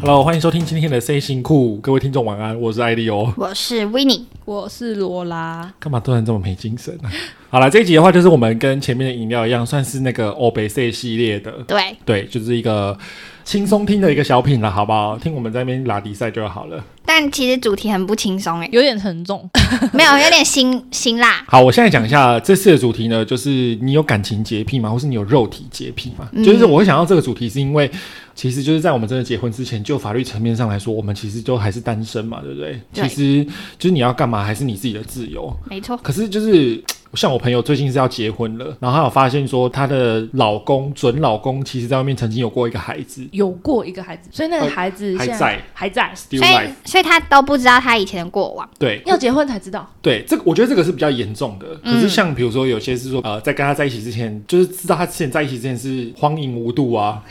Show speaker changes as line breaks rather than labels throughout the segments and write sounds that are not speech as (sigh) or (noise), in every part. Hello，欢迎收听今天的 C 型库，各位听众晚安，我是艾哦利欧。
我是 w i n n i e
我是罗拉，
干嘛突然这么没精神啊？ (laughs) 好了，这一集的话，就是我们跟前面的饮料一样，算是那个欧北 C 系列的，
对，
对，就是一个轻松听的一个小品了，好不好？听我们在那边拉迪赛就好了。
但其实主题很不轻松
(laughs)
哎，
有点沉重。
没有，有点辛辛辣。
好，我现在讲一下这次的主题呢，就是你有感情洁癖吗？或是你有肉体洁癖吗？
嗯
就是我会想到这个主题，是因为其实就是在我们真的结婚之前，就法律层面上来说，我们其实都还是单身嘛，对不对？
对
其实就是你要干嘛，还是你自己的自由。
没错，
可是就是像我朋友最近是要结婚了，然后她有发现说她的老公准老公其实在外面曾经有过一个孩子
(coughs) 有过一个孩子，所以那个孩子
呃还
现
在
还在，
，still
所
life。
以所以他都不知道他以前的过往。
对
要结婚才知道。
对，这个我觉得这个是比较严重的。可
嗯
是像比如说有些是说呃，在跟他在一起之前，就是知道他之前在一起之前是荒淫无度啊，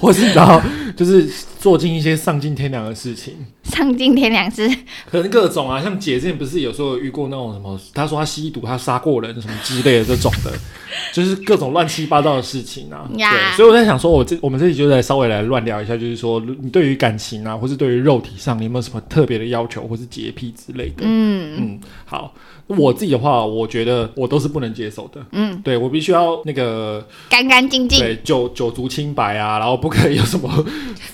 或是然后就是做尽一些丧尽天良的事情。
丧尽天良是
可能各种啊，像姐之前不是有时候有遇过那种什么，她说她吸毒，她杀过人什么之类的这种的， (laughs) 就是各种乱七八糟的事情啊。
呀
对，所以我在想说，我这我们这里就来稍微来乱聊一下，就是说你对于感情啊，或是对于肉体上，你有没有什么特别的要求或是洁癖之类的？
嗯
嗯，好，我自己的话，我觉得我都是不能接受的。
嗯，
对我必须要那个
干干净净。
对九九足清白啊，然后不可以有什么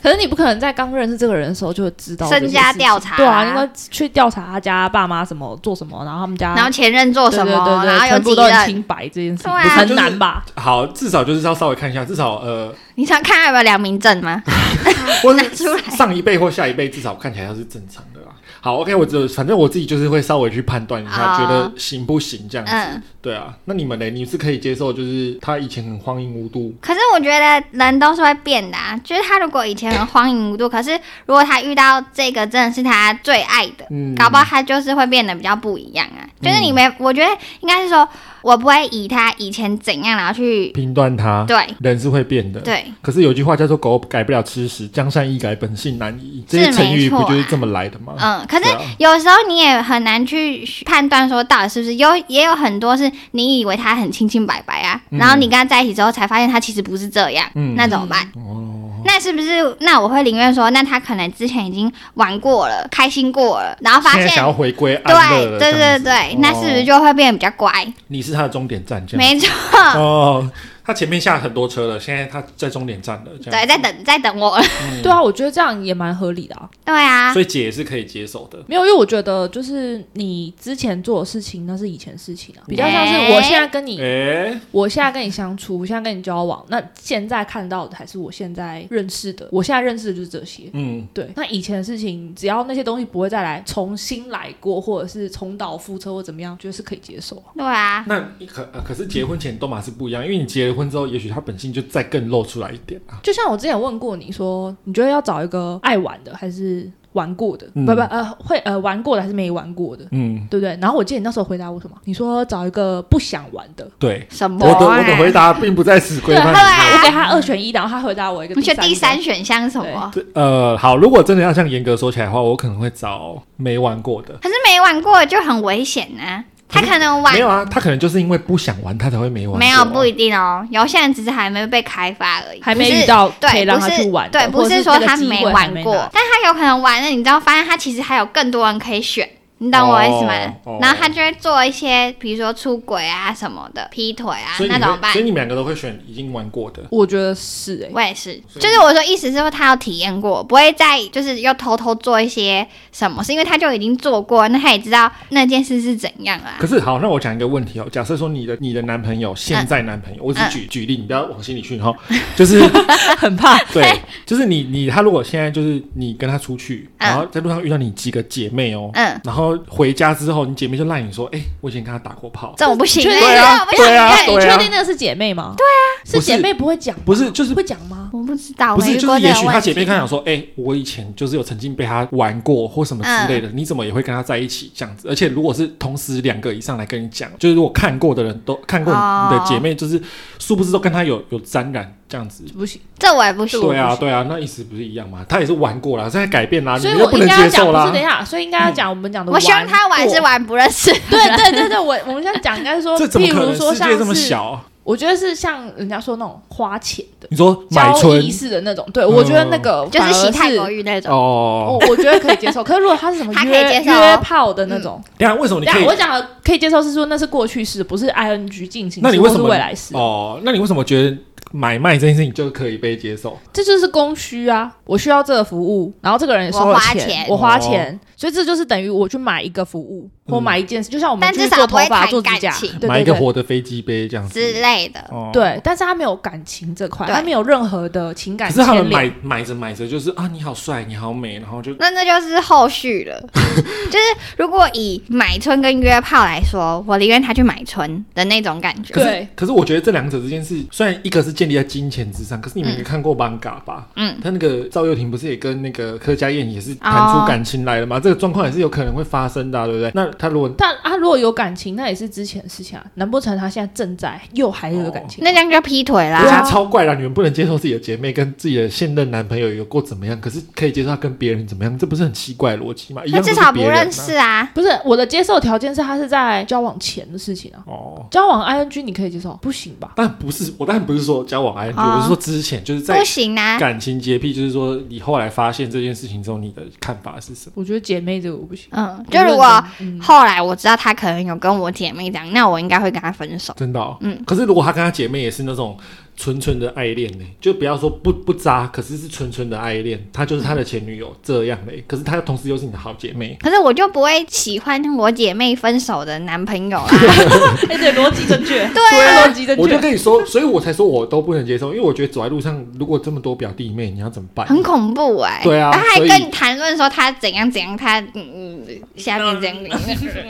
可是你不可能在刚认识这个人的时候就知道
身家
这些事情
调查
对啊，应该去调查他家爸妈什么做什么，然后他们家
然后前任做
对
什么，
对对对
然后有
全部
几
都很
任，
清白这件事情，
对啊
不是很难吧？
好，至少就是要稍微看一下，至少呃，
你想看他有没有良民证吗？
(laughs) 我
拿出来
上一辈或下一辈至少看起来要是正常的啦。好，OK，我只反正我自己就是会稍微去判断一下，
哦
觉得行不行这样子。
嗯，
对啊，那你们呢？你是可以接受，就是他以前很荒淫无度，
可是我觉得人都是会变的啊，就是他如果以前很荒淫无度，可是如果他遇到这个真的是他最爱的，
嗯，
搞不好他就是会变得比较不一样啊。就是你没，我觉得应该是说，我不会以他以前怎样，然后去
评断他，
对
人是会变的。
对，
可是有句话叫做“狗改不了吃屎，江山易改，本性难移”，这些
是
成
没
语不
错
就是
啊
这么来的吗？
嗯。可是
对啊，
有时候你也很难去判断说到底是不是有，也有很多是你以为他很清清白白啊，
嗯
然后你跟他在一起之后才发现他其实不是这样，
嗯
那怎么办？
哦，
那是不是？那我会宁愿说，那他可能之前已经玩过了，开心过了，然后发
现在
现
想要回归安乐
对
了，
对
这
对
样子
对，那是不是
哦
就会变得比较乖？
你是他的终点站？这样
没错，
哦，他前面下很多车了，现在他在终点站了，这样
对，在等在等我了，
嗯
对啊，我觉得这样也蛮合理的啊。
对啊，
所以姐也是可以接受的。
没有，因为我觉得就是你之前做的事情，那是以前的事情啊，
嗯
比较像是我现在跟你，
哎、
我现在跟你相处，我现在跟你交往，那现在看到的还是我现在认识的，我现在认识的就是这些。
嗯，
对，那以前的事情，只要那些东西不会再来，重新来过，或者是重蹈覆辙或怎么样，觉得是可以接受啊。
对啊，
那你可呃可是结婚前都嘛是不一样，因为你结了婚之后，也许他本性就再更露出来一点啊。
就像我之前问过你说，你觉得要找一个爱玩的还是玩过的？
嗯
不不呃，会呃玩过的还是没玩过的，
嗯，
对不对？然后我记得你那时候回答我什么？你说找一个不想玩的。
对，
什么
我
啊？
的我的回答并不在此规
对，
范
他
里
对
面。
我给他二选一，然后他回答我一个
你
第
选
三个。
第三选项是什么？
对呃，好，如果真的要像严格说起来的话，我可能会找没玩过的。
可是没玩过就很危险呐、他可能玩
没有啊，他可能就是因为不想玩，他才会没玩、啊
没有不，一定哦，有些人只是还没被开发而已，
还
不
没
是
遇到可以
对，
让
不
他去
是
玩的，
对，不
或者
是
是
说
这个
他
机
没
会还
玩
没
过
拿，
但他有可能玩了，你知道，发现他其实还有更多人可以选。你懂我意思吗？
哦哦
然后他就会做一些，比如说出轨啊什么的，劈腿啊，
所以你会
那怎么办
所以？你们两个都会选已经玩过的。
我觉得是哎、
我也是，
所以
就是我说意思是说他有体验过，不会再就是又偷偷做一些什么，是因为他就已经做过，那他也知道那件事是怎样啊啦、
可是好，那我讲一个问题哦。假设说你的你的男朋友现在男
嗯
朋友，我只举、举例，你不要往心里去
(laughs)
哈、就是
(laughs) 很怕。 (laughs)
对，就是你你他如果现在就是你跟他出去，
嗯
然后在路上遇到你几个姐妹哦，
嗯，
然后回家之后，你姐妹就赖你说，哎、我以前跟他打过炮，
这我不行，欸
确定
这
对啊
我不
对
行，
啊
那你
对啊
确定那个是姐妹吗？对啊，是姐妹不会讲吗，
不是就是
会讲吗？
我不知道，
不是
没遇
就
过
是
这
也
个
许
问
他
题
姐妹跟他讲说，哎、我以前就是有曾经被他玩过或什么
嗯
之类的，你怎么也会跟他在一起这样子？而且如果是同时两个以上来跟你讲，就是如果看过的人都看过你的姐妹，就是殊不知都跟他有有沾染这样子。
不行，
这我也不行，
对啊，对啊，那意思不是一样吗？他也是玩过了，现在改变啊啦，你
所以
们又
我
不
应
能
该要
接
讲
受
不
啦嗯
是等。一下，所以应该要讲我们讲的。
我希望他玩是。玩不认识，
对对对对，我我们现在讲应该是说，
(laughs) 这怎么
譬
可能？
如说
世
像
界这么
是
小，
我觉得是像人家说那种花钱的
你说买嗯
交
春
易式的那种，对我觉得那个
就
反而
是
是
洗泰国浴那种。
我
哦，
我觉得可以
(laughs)
接受，可是如果他是什么
他可以
约
接受哦
约炮的那种，
等一下为嗯哦什么你
等
可
一
以
下我？讲的可以接受是说那是过去式，不是 ing 进行式，
那你为什么
或是未来式？
哦，那你为什么觉得买卖这件事情就可以被接受？
这就是供需啊，我需要这个服务，然后这个人也收
我
了
花
钱
钱，哦
我花钱，所以这就是等于我去买一个服务
嗯
或买一件事，就像我们
但
去
至少
做头
不会
发、
谈
做指甲
感情，
对
买一
对
个
对。
活的飞机杯这样子？
之类的，
哦，
对，但是他没有感情这块，
对
他没有任何的情感
可是他们
牵
买
连。
买着买着就是啊，你好帅，你好美，然后就
那那就是后续了。 (laughs) 就是如果以买春跟约炮来说，我宁愿他去买春的那种感觉。
可是
对
可是我觉得这两者之间是，虽然一个是建立在金钱之上，可是你们也看过《Manga》吧？
嗯，
他那个赵又廷不是也跟那个柯佳燕也
哦
是谈出感情来了吗？这个状况也是有可能会发生的啊、对不对？那他如果
但他如果有感情，那也是之前的事情啊，难不成他现在正在又还有感情？
那这样就劈腿
而且
对
他
啦
啊。
超怪啦，你们不能接受自己的姐妹跟自己的现任男朋友有过怎么样，可是可以接受他跟别人怎么样，这不是很奇怪的逻辑吗？一
那
样
至
都
少
是
不
别人啊
认识啊。
不是我的接受条件是他是在交往前的事情啊，
哦。
交往 ing 你可以接受，不行吧？
但不是我，当然不是说交往 ing，、
哦
我是说之前就是在
不行啊，
感情洁癖，就是说你后来发现这件事情之后，你的看法是什么？
我觉得姐妹这个我不行。
嗯，就如果
嗯
后来我知道他可能有跟我姐妹讲，那我应该会跟他分手。
真的、哦，
嗯。
可是如果她跟她姐妹也是那种纯纯的爱恋呢、就不要说不不渣，可是是纯纯的爱恋，她就是她的前女友这样嘞、可是她同时又是你的好姐妹，
可是我就不会喜欢我姐妹分手的男朋友啦。啊
(laughs)
(laughs)
哎，对，逻辑正确，
对啊
逻辑正
我就
确。
跟你说，所以我才说我都不能接受，因为我觉得走在路上如果这么多表弟妹，你要怎么办？
很恐怖哎、
对啊
然后还
所以
跟你谈论说他怎样怎样，他嗯嗯，下面怎样怎样，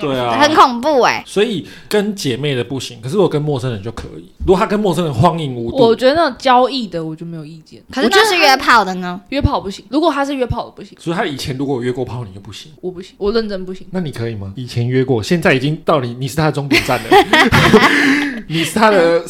对 (laughs) 啊
很恐怖哎、
所以跟姐妹的不行，可是我跟陌生人就可以。如果她跟陌生人荒淫无
我
度，
觉得那种交易的我就没有意见，
可是
我觉
那
得
是
他
约炮的呢，
约炮不行，如果他是约炮的不行，
所以她以前如果有约过炮，你就不行。
我不行，我认真不行。
那你可以吗？以前约过，现在已经到你，你是她的终点站了， (laughs) 你是她的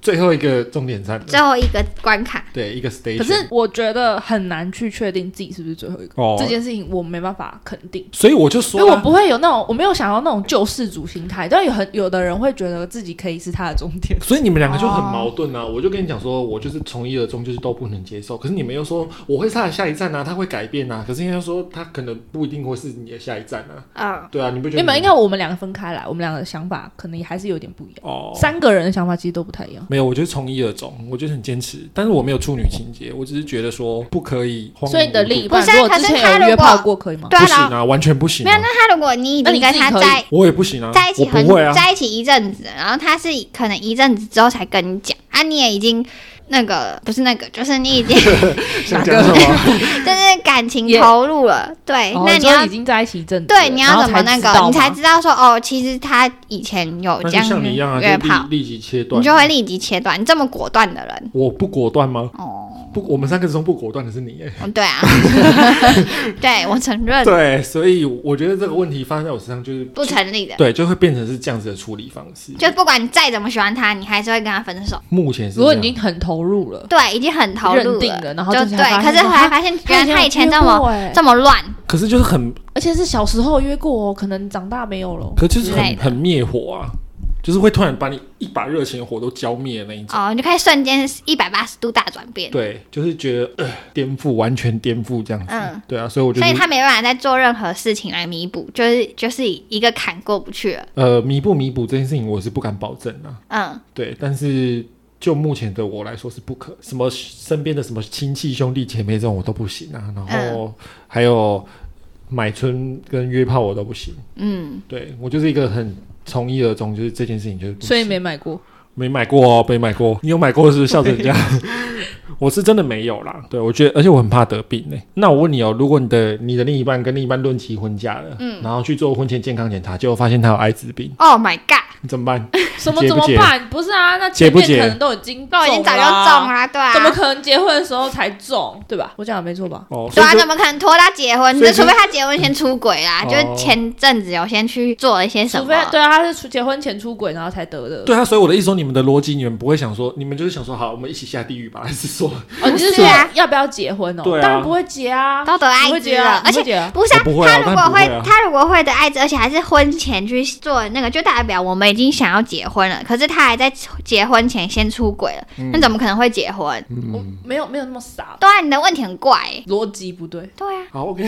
最后一个终点站了。
最后一个关卡。
对，一个 station。
可是我觉得很难去确定自己是不是最后一个，
哦
这件事情我没办法肯定。
所以我就
因
说
为
啊、
我不会有那种，我没有想要那种救世主心态，但有很有的人会觉得自己可以是他的终
(laughs)
点。
所以你们两个就很矛盾啊！我就跟你讲说，我就是从一而终，就是都不能接受。可是你们又说我会是他的下一站啊，他会改变啊。可是人家说他可能不一定会是你的下一站啊。
嗯，
对啊，你不觉得
没
你们
有，应该我们两个分开来，我们两个的想法可能也还是有点不一样。
哦？
三个人的想法其实都不太一样。
没有，我就是从一而终，我就是很坚持，但是我没有处女情节，我只是觉得说不可以荒淫无度，
所以你的另一半
不是啊
如果
可
之
是
前
他
有约
如果
炮过，可以吗？
对
不
啊，
行
然后
啊，完全不行、
没有，
啊。
那他如果你已
那
经
你
跟
自己
他
可以
在
我也不行啊，
在一起
我
很、
不会啊。
在一起一阵子，然后他是可能一阵子之后才跟你讲啊，你也已经那个不是那个，就是你已经
(laughs) 想讲什么？
就是感情
也
投入了，对，哎
哦
那
你
你
说
要
已经在一起一阵子了，
对你要怎么那
然
个，
后
你才
知道吗
知道说哦，其实他以前有
那
这
就
样
像你一样啊，
约
就
炮，
立立即切断。
你就会立即切断。你这么果断的人，
我不果断吗？ (laughs)
哦，
不，我们三个之中不果断的是你耶。(laughs)
对啊，对我承认
对，所以我觉得这个问题发生在我身上就是
不成立的。
对，就会变成是这样子的处理方式。
就不管你再怎么喜欢他，你还是会跟他分手。
目前是
如果
这
你已
样
经很投入了，
对，已经很投入
认定了然后
就
这才
对。
发现
可是
说啊
后来发现，原来他以前这
有约
么
过哎
这么乱，哦
可是就是很，
而且是小时候约过哦，可能长大没有了。
可就是
之类
很
的
很灭火啊，就是会突然把你一把热情的火都浇灭的那一种。
哦，你就开始瞬间一百八十度大转变。
对，就是觉得呃颠覆，完全颠覆这样子。
嗯
对啊，所以我就
所以
是
他没办法再做任何事情来弥补，就是就是一个坎过不去了。
呃弥不弥补这件事情，我是不敢保证啊。
嗯，
对，但是就目前的我来说是不可，什么身边的什么亲戚兄弟姐妹这种我都不行啊，然
嗯
后还有买春跟约炮我都不行。
嗯，
对我就是一个很从一而终，就是这件事情就是不行
所以没买过，
没买过哦，没买过。你有买过是不是笑着人
(laughs)
家？我是真的没有啦。对，我觉得，而且我很怕得病呢、那我问你哦，如果你的你的另一半跟另一半论及婚嫁了，嗯，然后去做婚前健康检查，结果发现他有艾滋病，
Oh my god，
你怎么办？
(laughs) 什么
结
怎
不
么
结
办？不是啊，那
结
前
不
面
结
可能都已经
啊
都哦已经早就中
中了
啦，对啊，
啊，怎么可能结婚的时候才中？对吧？我讲的没错吧？
哦，所
对
以
啊，
就
怎么可能拖到结婚？
所以
就
就
除非他结婚先出轨啦，
哦
就是前阵子有先去做了一些什
除
么
非，对啊，他是出结婚前出轨，然后才得的。
对啊，所以我的意思说，你们的逻辑，你们不会想说，你们就是想说，好，我们一起下地狱吧，还是说，
哦，你是
是
说
啊
要不要结婚哦？
对啊
当然不会结啊，
都得
你
艾
会
滋
结
了
啊，，
而且
你会结啊
不是、啊
我不会啊
他如
我当
果
然不
会，
会啊
他如果会得艾滋，而且还是婚前去做那个，就代表我们已经想要结婚了。可是他还在结婚前先出轨了，那怎么可能会结婚？
我
嗯，
没有没有那么傻，
对啊，你的问题很怪欸、
逻辑不对。
对啊，
好，OK，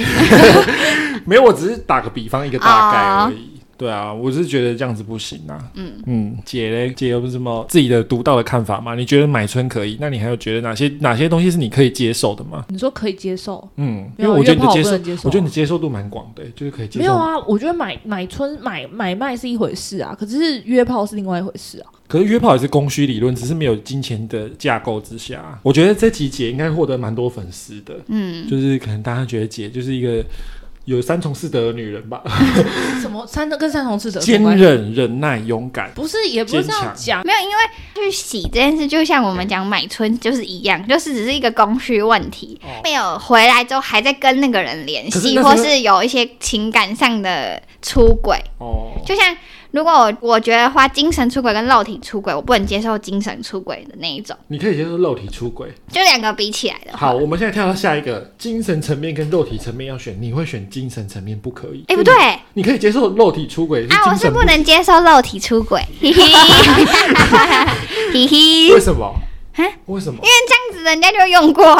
没有，我只是打个比方，一个大概而已。对啊，我是觉得这样子不行啊。嗯嗯，姐嘞，姐有什么自己的独到的看法吗？你觉得买春可以？那你还有觉得哪些哪些东西是你可以接受的吗？
你说可以接受？
嗯，因
没有
为我觉得你的接
约炮我
受，
不能接受啊
我觉得你接受度蛮广的、就是可以接
没有
受。
啊，我觉得买买春买买卖是一回事啊，可是约炮是另外一回
(laughs)
事啊。
可是约炮也是供需理论，只是没有金钱的架构之下。我觉得这集姐应该获得蛮多粉丝的，
嗯，
就是可能大家觉得姐就是一个有三从四德的女人 (laughs) 吧，
什么三跟三从四德有什
坚
么关系？
韧、忍耐、勇敢。
不是也不是这样讲，
没有，因为去洗这件事，就像我们讲买春就是一样，就是只是一个供需问题，
哦
没有回来之后还在跟那个人联
可是
系，
那时候
或是有一些情感上的出轨。
哦，
就像如果我我觉得花精神出轨跟肉体出轨，我不能接受精神出轨的那一种，
你可以接受肉体出轨。
就两个比起来的话，
好，我们现在跳到下一个，精神层面跟肉体层面要选，你会选精神层面不可以？
哎、不对啊，
你可以接受肉体出轨，是
我
精
是
神
不能接受肉体出 (laughs) 轨，嘿嘿，嘿嘿，
为
(laughs) 这
什么？
啊
为什么？
样子人家就用过，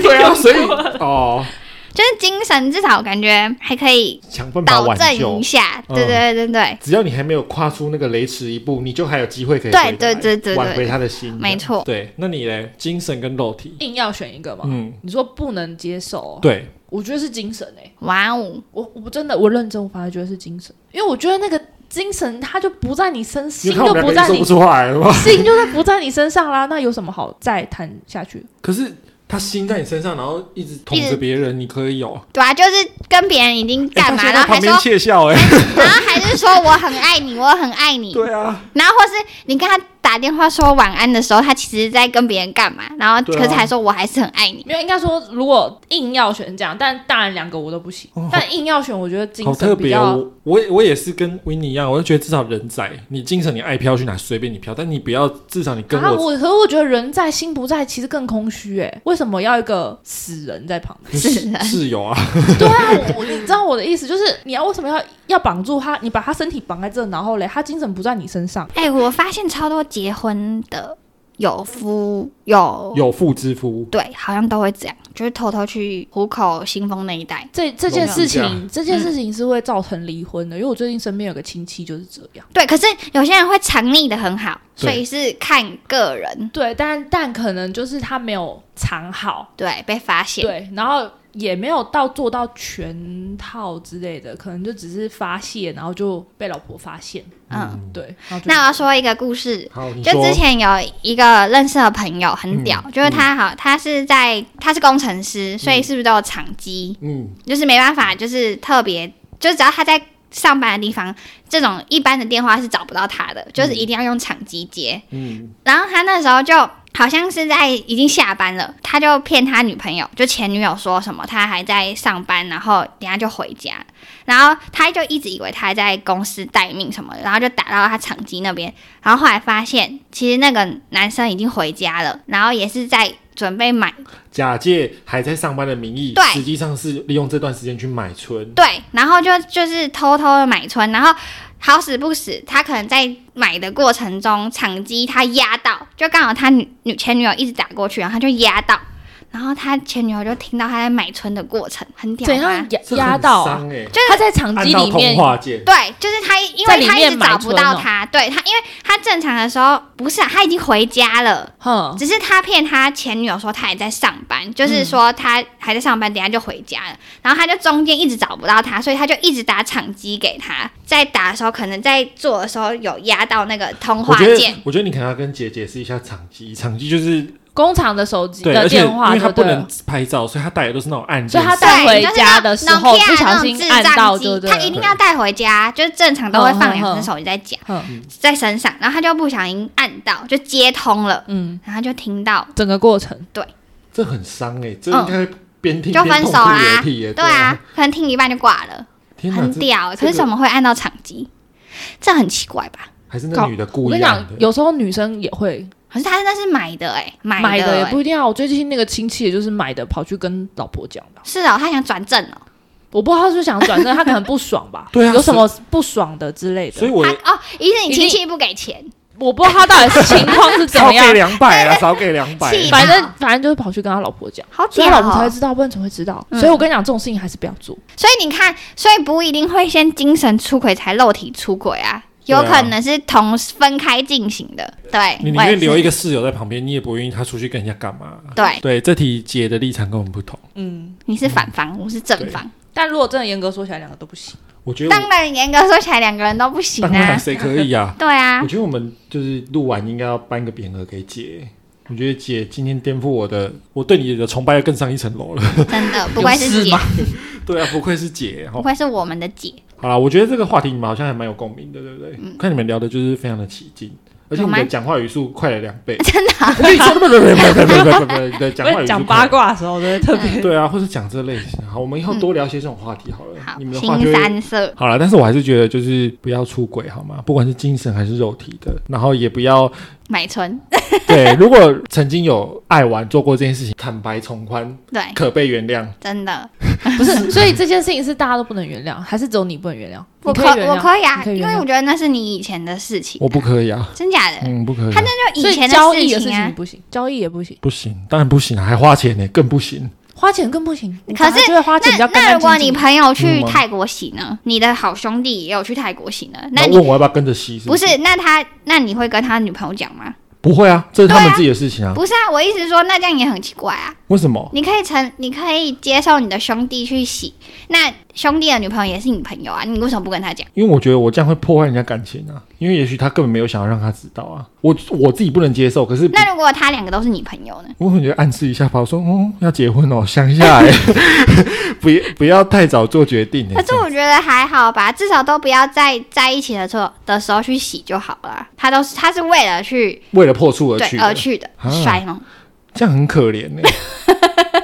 对啊，所以哦，
就是精神至少我感觉还可以
想办法
导
挽
正
救
一。下，
嗯
对对对对对，
只要你还没有跨出那个雷池一步，你就还有机会可以
对
回得来
对对对对
挽回他的心，
没错
对，那你嘞，精神跟肉体，
硬要选一个嘛？
嗯，
你说不能接受、哦，
对，
我觉得是精神哎、
哇哦，
我我不真的我认真，我反而觉得是精神，因为我觉得那个精神它就不在你身，
你
心
看我
就
们
不
两
在
个也说
你
不，出话来了
嗯
吗？
(laughs) 心就是不在你身上啦，那有什么好再谈下去？
可是他心在你身上，然后一直捅
一直
着别人，你可以有
对啊，就是跟别人已经
(laughs)
干嘛，
欸他现在
然后还
旁
说
边，窃笑哎，
然后还是说我很爱你，我很爱
(laughs)
你，
对啊，
然后或是你跟他打电话说晚安的时候，他其实在跟别人干嘛？然后
对啊
可是还说我还是很爱你。
没有，应该说如果硬要选这样，但当然两个我都不行，
哦好
但硬要选，我觉得
好
精
特
神比
别
较。
哦！我我也我也是跟维尼一样，我就觉得至少人在，你精神你爱飘去哪随便你飘，但你不要至少你跟
啊，
我，
我可是我觉得人在心不在，其实更空虚哎。为什么要一个死人在旁边？ (laughs)
你
是啊
室友啊，
对啊，我你知道我的意思就是，你要为什么要要绑住他？你把他身体绑在这，然后嘞，他精神不在你身上。
哎、我发现超多结婚的有夫有
有妇之夫，
对，好像都会这样，就是偷偷去虎口新丰那一带。
这这件事
容
情，这件事情是会造成离婚的，因为我最近身边有个亲戚就是这样。
对，可是有些人会藏匿的很好，所
对
以是看个人，
对，但但可能就是他没有藏好，
对，被发现。
对，然后也没有到做到全套之类的，可能就只是发泄，然后就被老婆发现。
嗯，
对，然后就
那我要说一个故事，
好，你
就
说
之前有一个认识的朋友很屌，
嗯
就是他好，他是在他是工程师，所以是不是都有厂机？
嗯，
就是没办法，就是特别，就是只要他在上班的地方，这种一般的电话是找不到他的，就是一定要用场机接。
嗯
然后他那时候就好像是在已经下班了，他就骗他女朋友，就前女友说什么他还在上班，然后等下就回家。然后他就一直以为他还在公司待命什么的，然后就打到他场机那边，然后后来发现其实那个男生已经回家了，然后也是在准备买
假借还在上班的名义
对，
实际上是利用这段时间去买春，
对，然后就就是偷偷的买春，然后好死不死，他可能在买的过程中，场机他压到，就刚好他女女前女友一直打过去，然后他就压到，然后他前女友就听到他在买春的过程，很屌啊
怎
吗
样？压
这
压
很
到啊？
伤哎，
他在场
按
机
到
里面
通话键，
对，就是他，因
在
为
里
他一
面
直
买
找不
春
到
哦
他，对他，因为他正常的时候不是、啊，他已经回家了。
哼，
只是他骗他前女友说他还在上班，就是说他还在上班，等一下就回家了。然后他就中间一直找不到他，所以他就一直打场机给他，在打的时候可能在做的时候有压到那个通
我
话
觉
键
得，我觉得你可能要跟姐解释一下场机，场机就是
工厂的手机
对，
的
而且
电
因
话
为他
就
不
对
能
了。
拍照，所以他带的都是那种按
所
键
以他
式的，
带
对，
回
就是
家
那
的时
种
候
Nokia
不小
那种
心
智
按
障
到
机
就对
他
了
一定要带回家，就是正常都会放两
嗯嗯
只
嗯
手机在家，
哼，
在身上，然后他就不小心按到，就接通了，
嗯，
然后就听到，
整个过程
这很伤哎，这应该边听
就
边
分
痛
手
哭
啊
流涕耶，啊
对啊，，可能听一半就挂了。
天哪，
很
这
屌欸、
这
可是
个
怎么会按到场机？这很奇怪吧？
还是那女的
我
故
跟
意
你讲
让，的？
有时候女生也会
可是他那是买的哎、买
买
的
的，也
欸
不一定要。我最近那个亲戚也就是买的，跑去跟老婆讲的。
是哦，他想转正哦，
我不知道他是不是想转正，他可能不爽吧？
(laughs) 对啊
有什么不爽的之类的。
所以我
他哦，一是
一
你
定
亲戚不给钱，
我不知道他到底是情况是怎
少
么
(laughs) 给
样，
两百啊，少给两百。
气
反正反正就是跑去跟他老婆讲，
好
所以
屌
他老婆才会
哦。
知道，不然怎么会知道？
嗯
所以我跟你讲，这种事情还是不要做。
所以你看，所以不一定会先精神出轨才肉体出轨啊，
对
有
啊
可能是同时分开进行的。对，
你宁
我也
愿
是
留一个室友在旁边，你也不愿意他出去跟人家干嘛？
对，
对，这题姐的立场跟我们不同。
嗯，
你是反方，我是正
嗯
方。
但如果真的严格说起来，两个都不行。
我觉得
当
我
然，严格说起来，两个人都不行
当然
啊。
谁可以啊？
对啊
(laughs) 我，觉得我们就是录完应该要颁个匾额给姐。我觉得姐今天颠覆我的，我对你的崇拜又更上一层楼了。
真的，不愧是姐
有事，
对啊，不愧是姐
不
哦。
愧是我们的姐。
好啦，我觉得这个话题你们好像还蛮有共鸣的，对不对？看你们聊的就是非常的起劲，而且你
有
的
吗
讲话语速快了两倍，真的、我跟你说，不不不不不不不，对，讲话语速
讲
快
八卦的时候，都会特别
对啊，或者讲这类型。好，我们以后多聊些这种话题好了。
好
你，们的话就会。
新三色，
好了，但是我还是觉得就是不要出轨好吗？不管是精神还是肉体的，然后也不要
买春，
对。如果曾经有爱玩做过这件事情，坦白从宽，
对，
可被原谅。
真的，
不 (laughs) 是。所以这件事情是大家都不能原谅，还是只有你不能原谅？
我
你可
可
以原谅
我可以啊
你可以
因
原谅
为我觉得那是你以前的事情
我，不可以啊，
真假的？
嗯，不可以啊、
就
所
以
以
前
交易
事
的事
情
情
啊
你。不行，交易也不行，
不行，当然不行啊，还花钱呢、更不行。
花钱更不行。你
可是
本来就会花钱比较
那
干
那
干
如果
净
你
净。
朋友去
嗯吗
泰国洗呢？你的好兄弟也有去泰国洗呢？那
然
你
后问我要不要跟着吸？
不
不
是？那他那你会跟他女朋友讲吗？
不会啊，这是他
对
们
啊
自己的事情啊。
不是啊，我意思是说，那这样也很奇怪啊。
为什么？
你可以成，你可以接受你的兄弟去洗，那兄弟的女朋友也是你朋友啊，你为什么不跟他讲？
因为我觉得我这样会破坏人家感情啊。因为也许他根本没有想要让他知道啊。我我自己不能接受，可是
那如果他两个都是你朋友呢？
我感觉暗示一下吧，我说，嗯，要结婚哦，想一下
(laughs)
哎，不要不要太早做决定哎
可。是我觉得还好吧，至少都不要在在一起的时候的时候去洗就好了。他都是他是为了去
为了破处而去
对
的，
而去的
啊
摔吗？
这样很可怜
(laughs)
哎。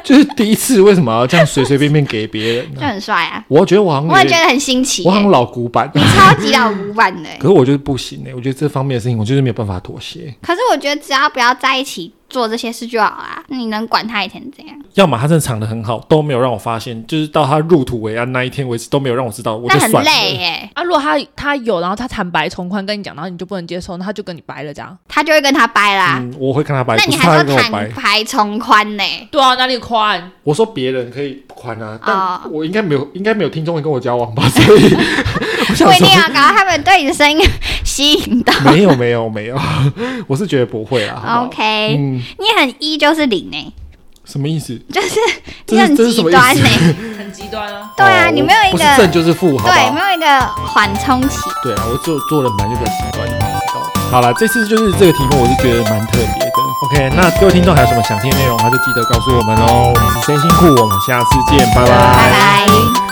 就是第一次为什么要这样随随便便给别人
就 (laughs)
呢？
很帅啊，
我觉得我好像有
我也
点
觉得很新奇、
我好像
欸，
老古板，啊
你超级老古板的欸、
(laughs) 可是我就是不行哎，我觉得这方面的事情我就是没有办法妥协。
可是我觉得只要不要在一起做这些事就好啦，你能管他以前怎样？
要么他真的藏得很好，都没有让我发现，就是到他入土为安那一天为止都没有让我知道，我
那
就
很
算了。
累耶、
啊，如果他他有，然后他坦白从宽跟你讲，然后你就不能接受，那他就跟你掰了这样。
他就会跟他掰啦。
嗯，我会跟他掰，
啊那
不
你
是他
还
跟
说
我
坦
掰。
白
(laughs)
从宽呢、
对啊，哪里宽？
我说别人可以宽啊，
哦
但我应该没有，应该没有听众会跟我交往吧？所以 (laughs) 我想
不一定
说，
要搞到他们对你的声音吸引到。
没有没有没有，我是觉得不会啦。 (laughs) 好不好
哦 OK，、
嗯，
你很一就是零呢、
什么意思？
就是
这
你
是
很
这是
极
什么意
端
思？
呢、
很极端啊。
对啊
哦
你没有
不
一个
是正就是负，啊好不
对，
好
没？有一个缓冲期。
对啊，我做做人本来就比较习惯，你们知道的。好了，这次就是这个题目，我是觉得蛮特别的。OK，那各位听众还有什么想听的内容，还是记得告诉我们哦。我们是真心酷，我们下次见，拜拜
拜拜。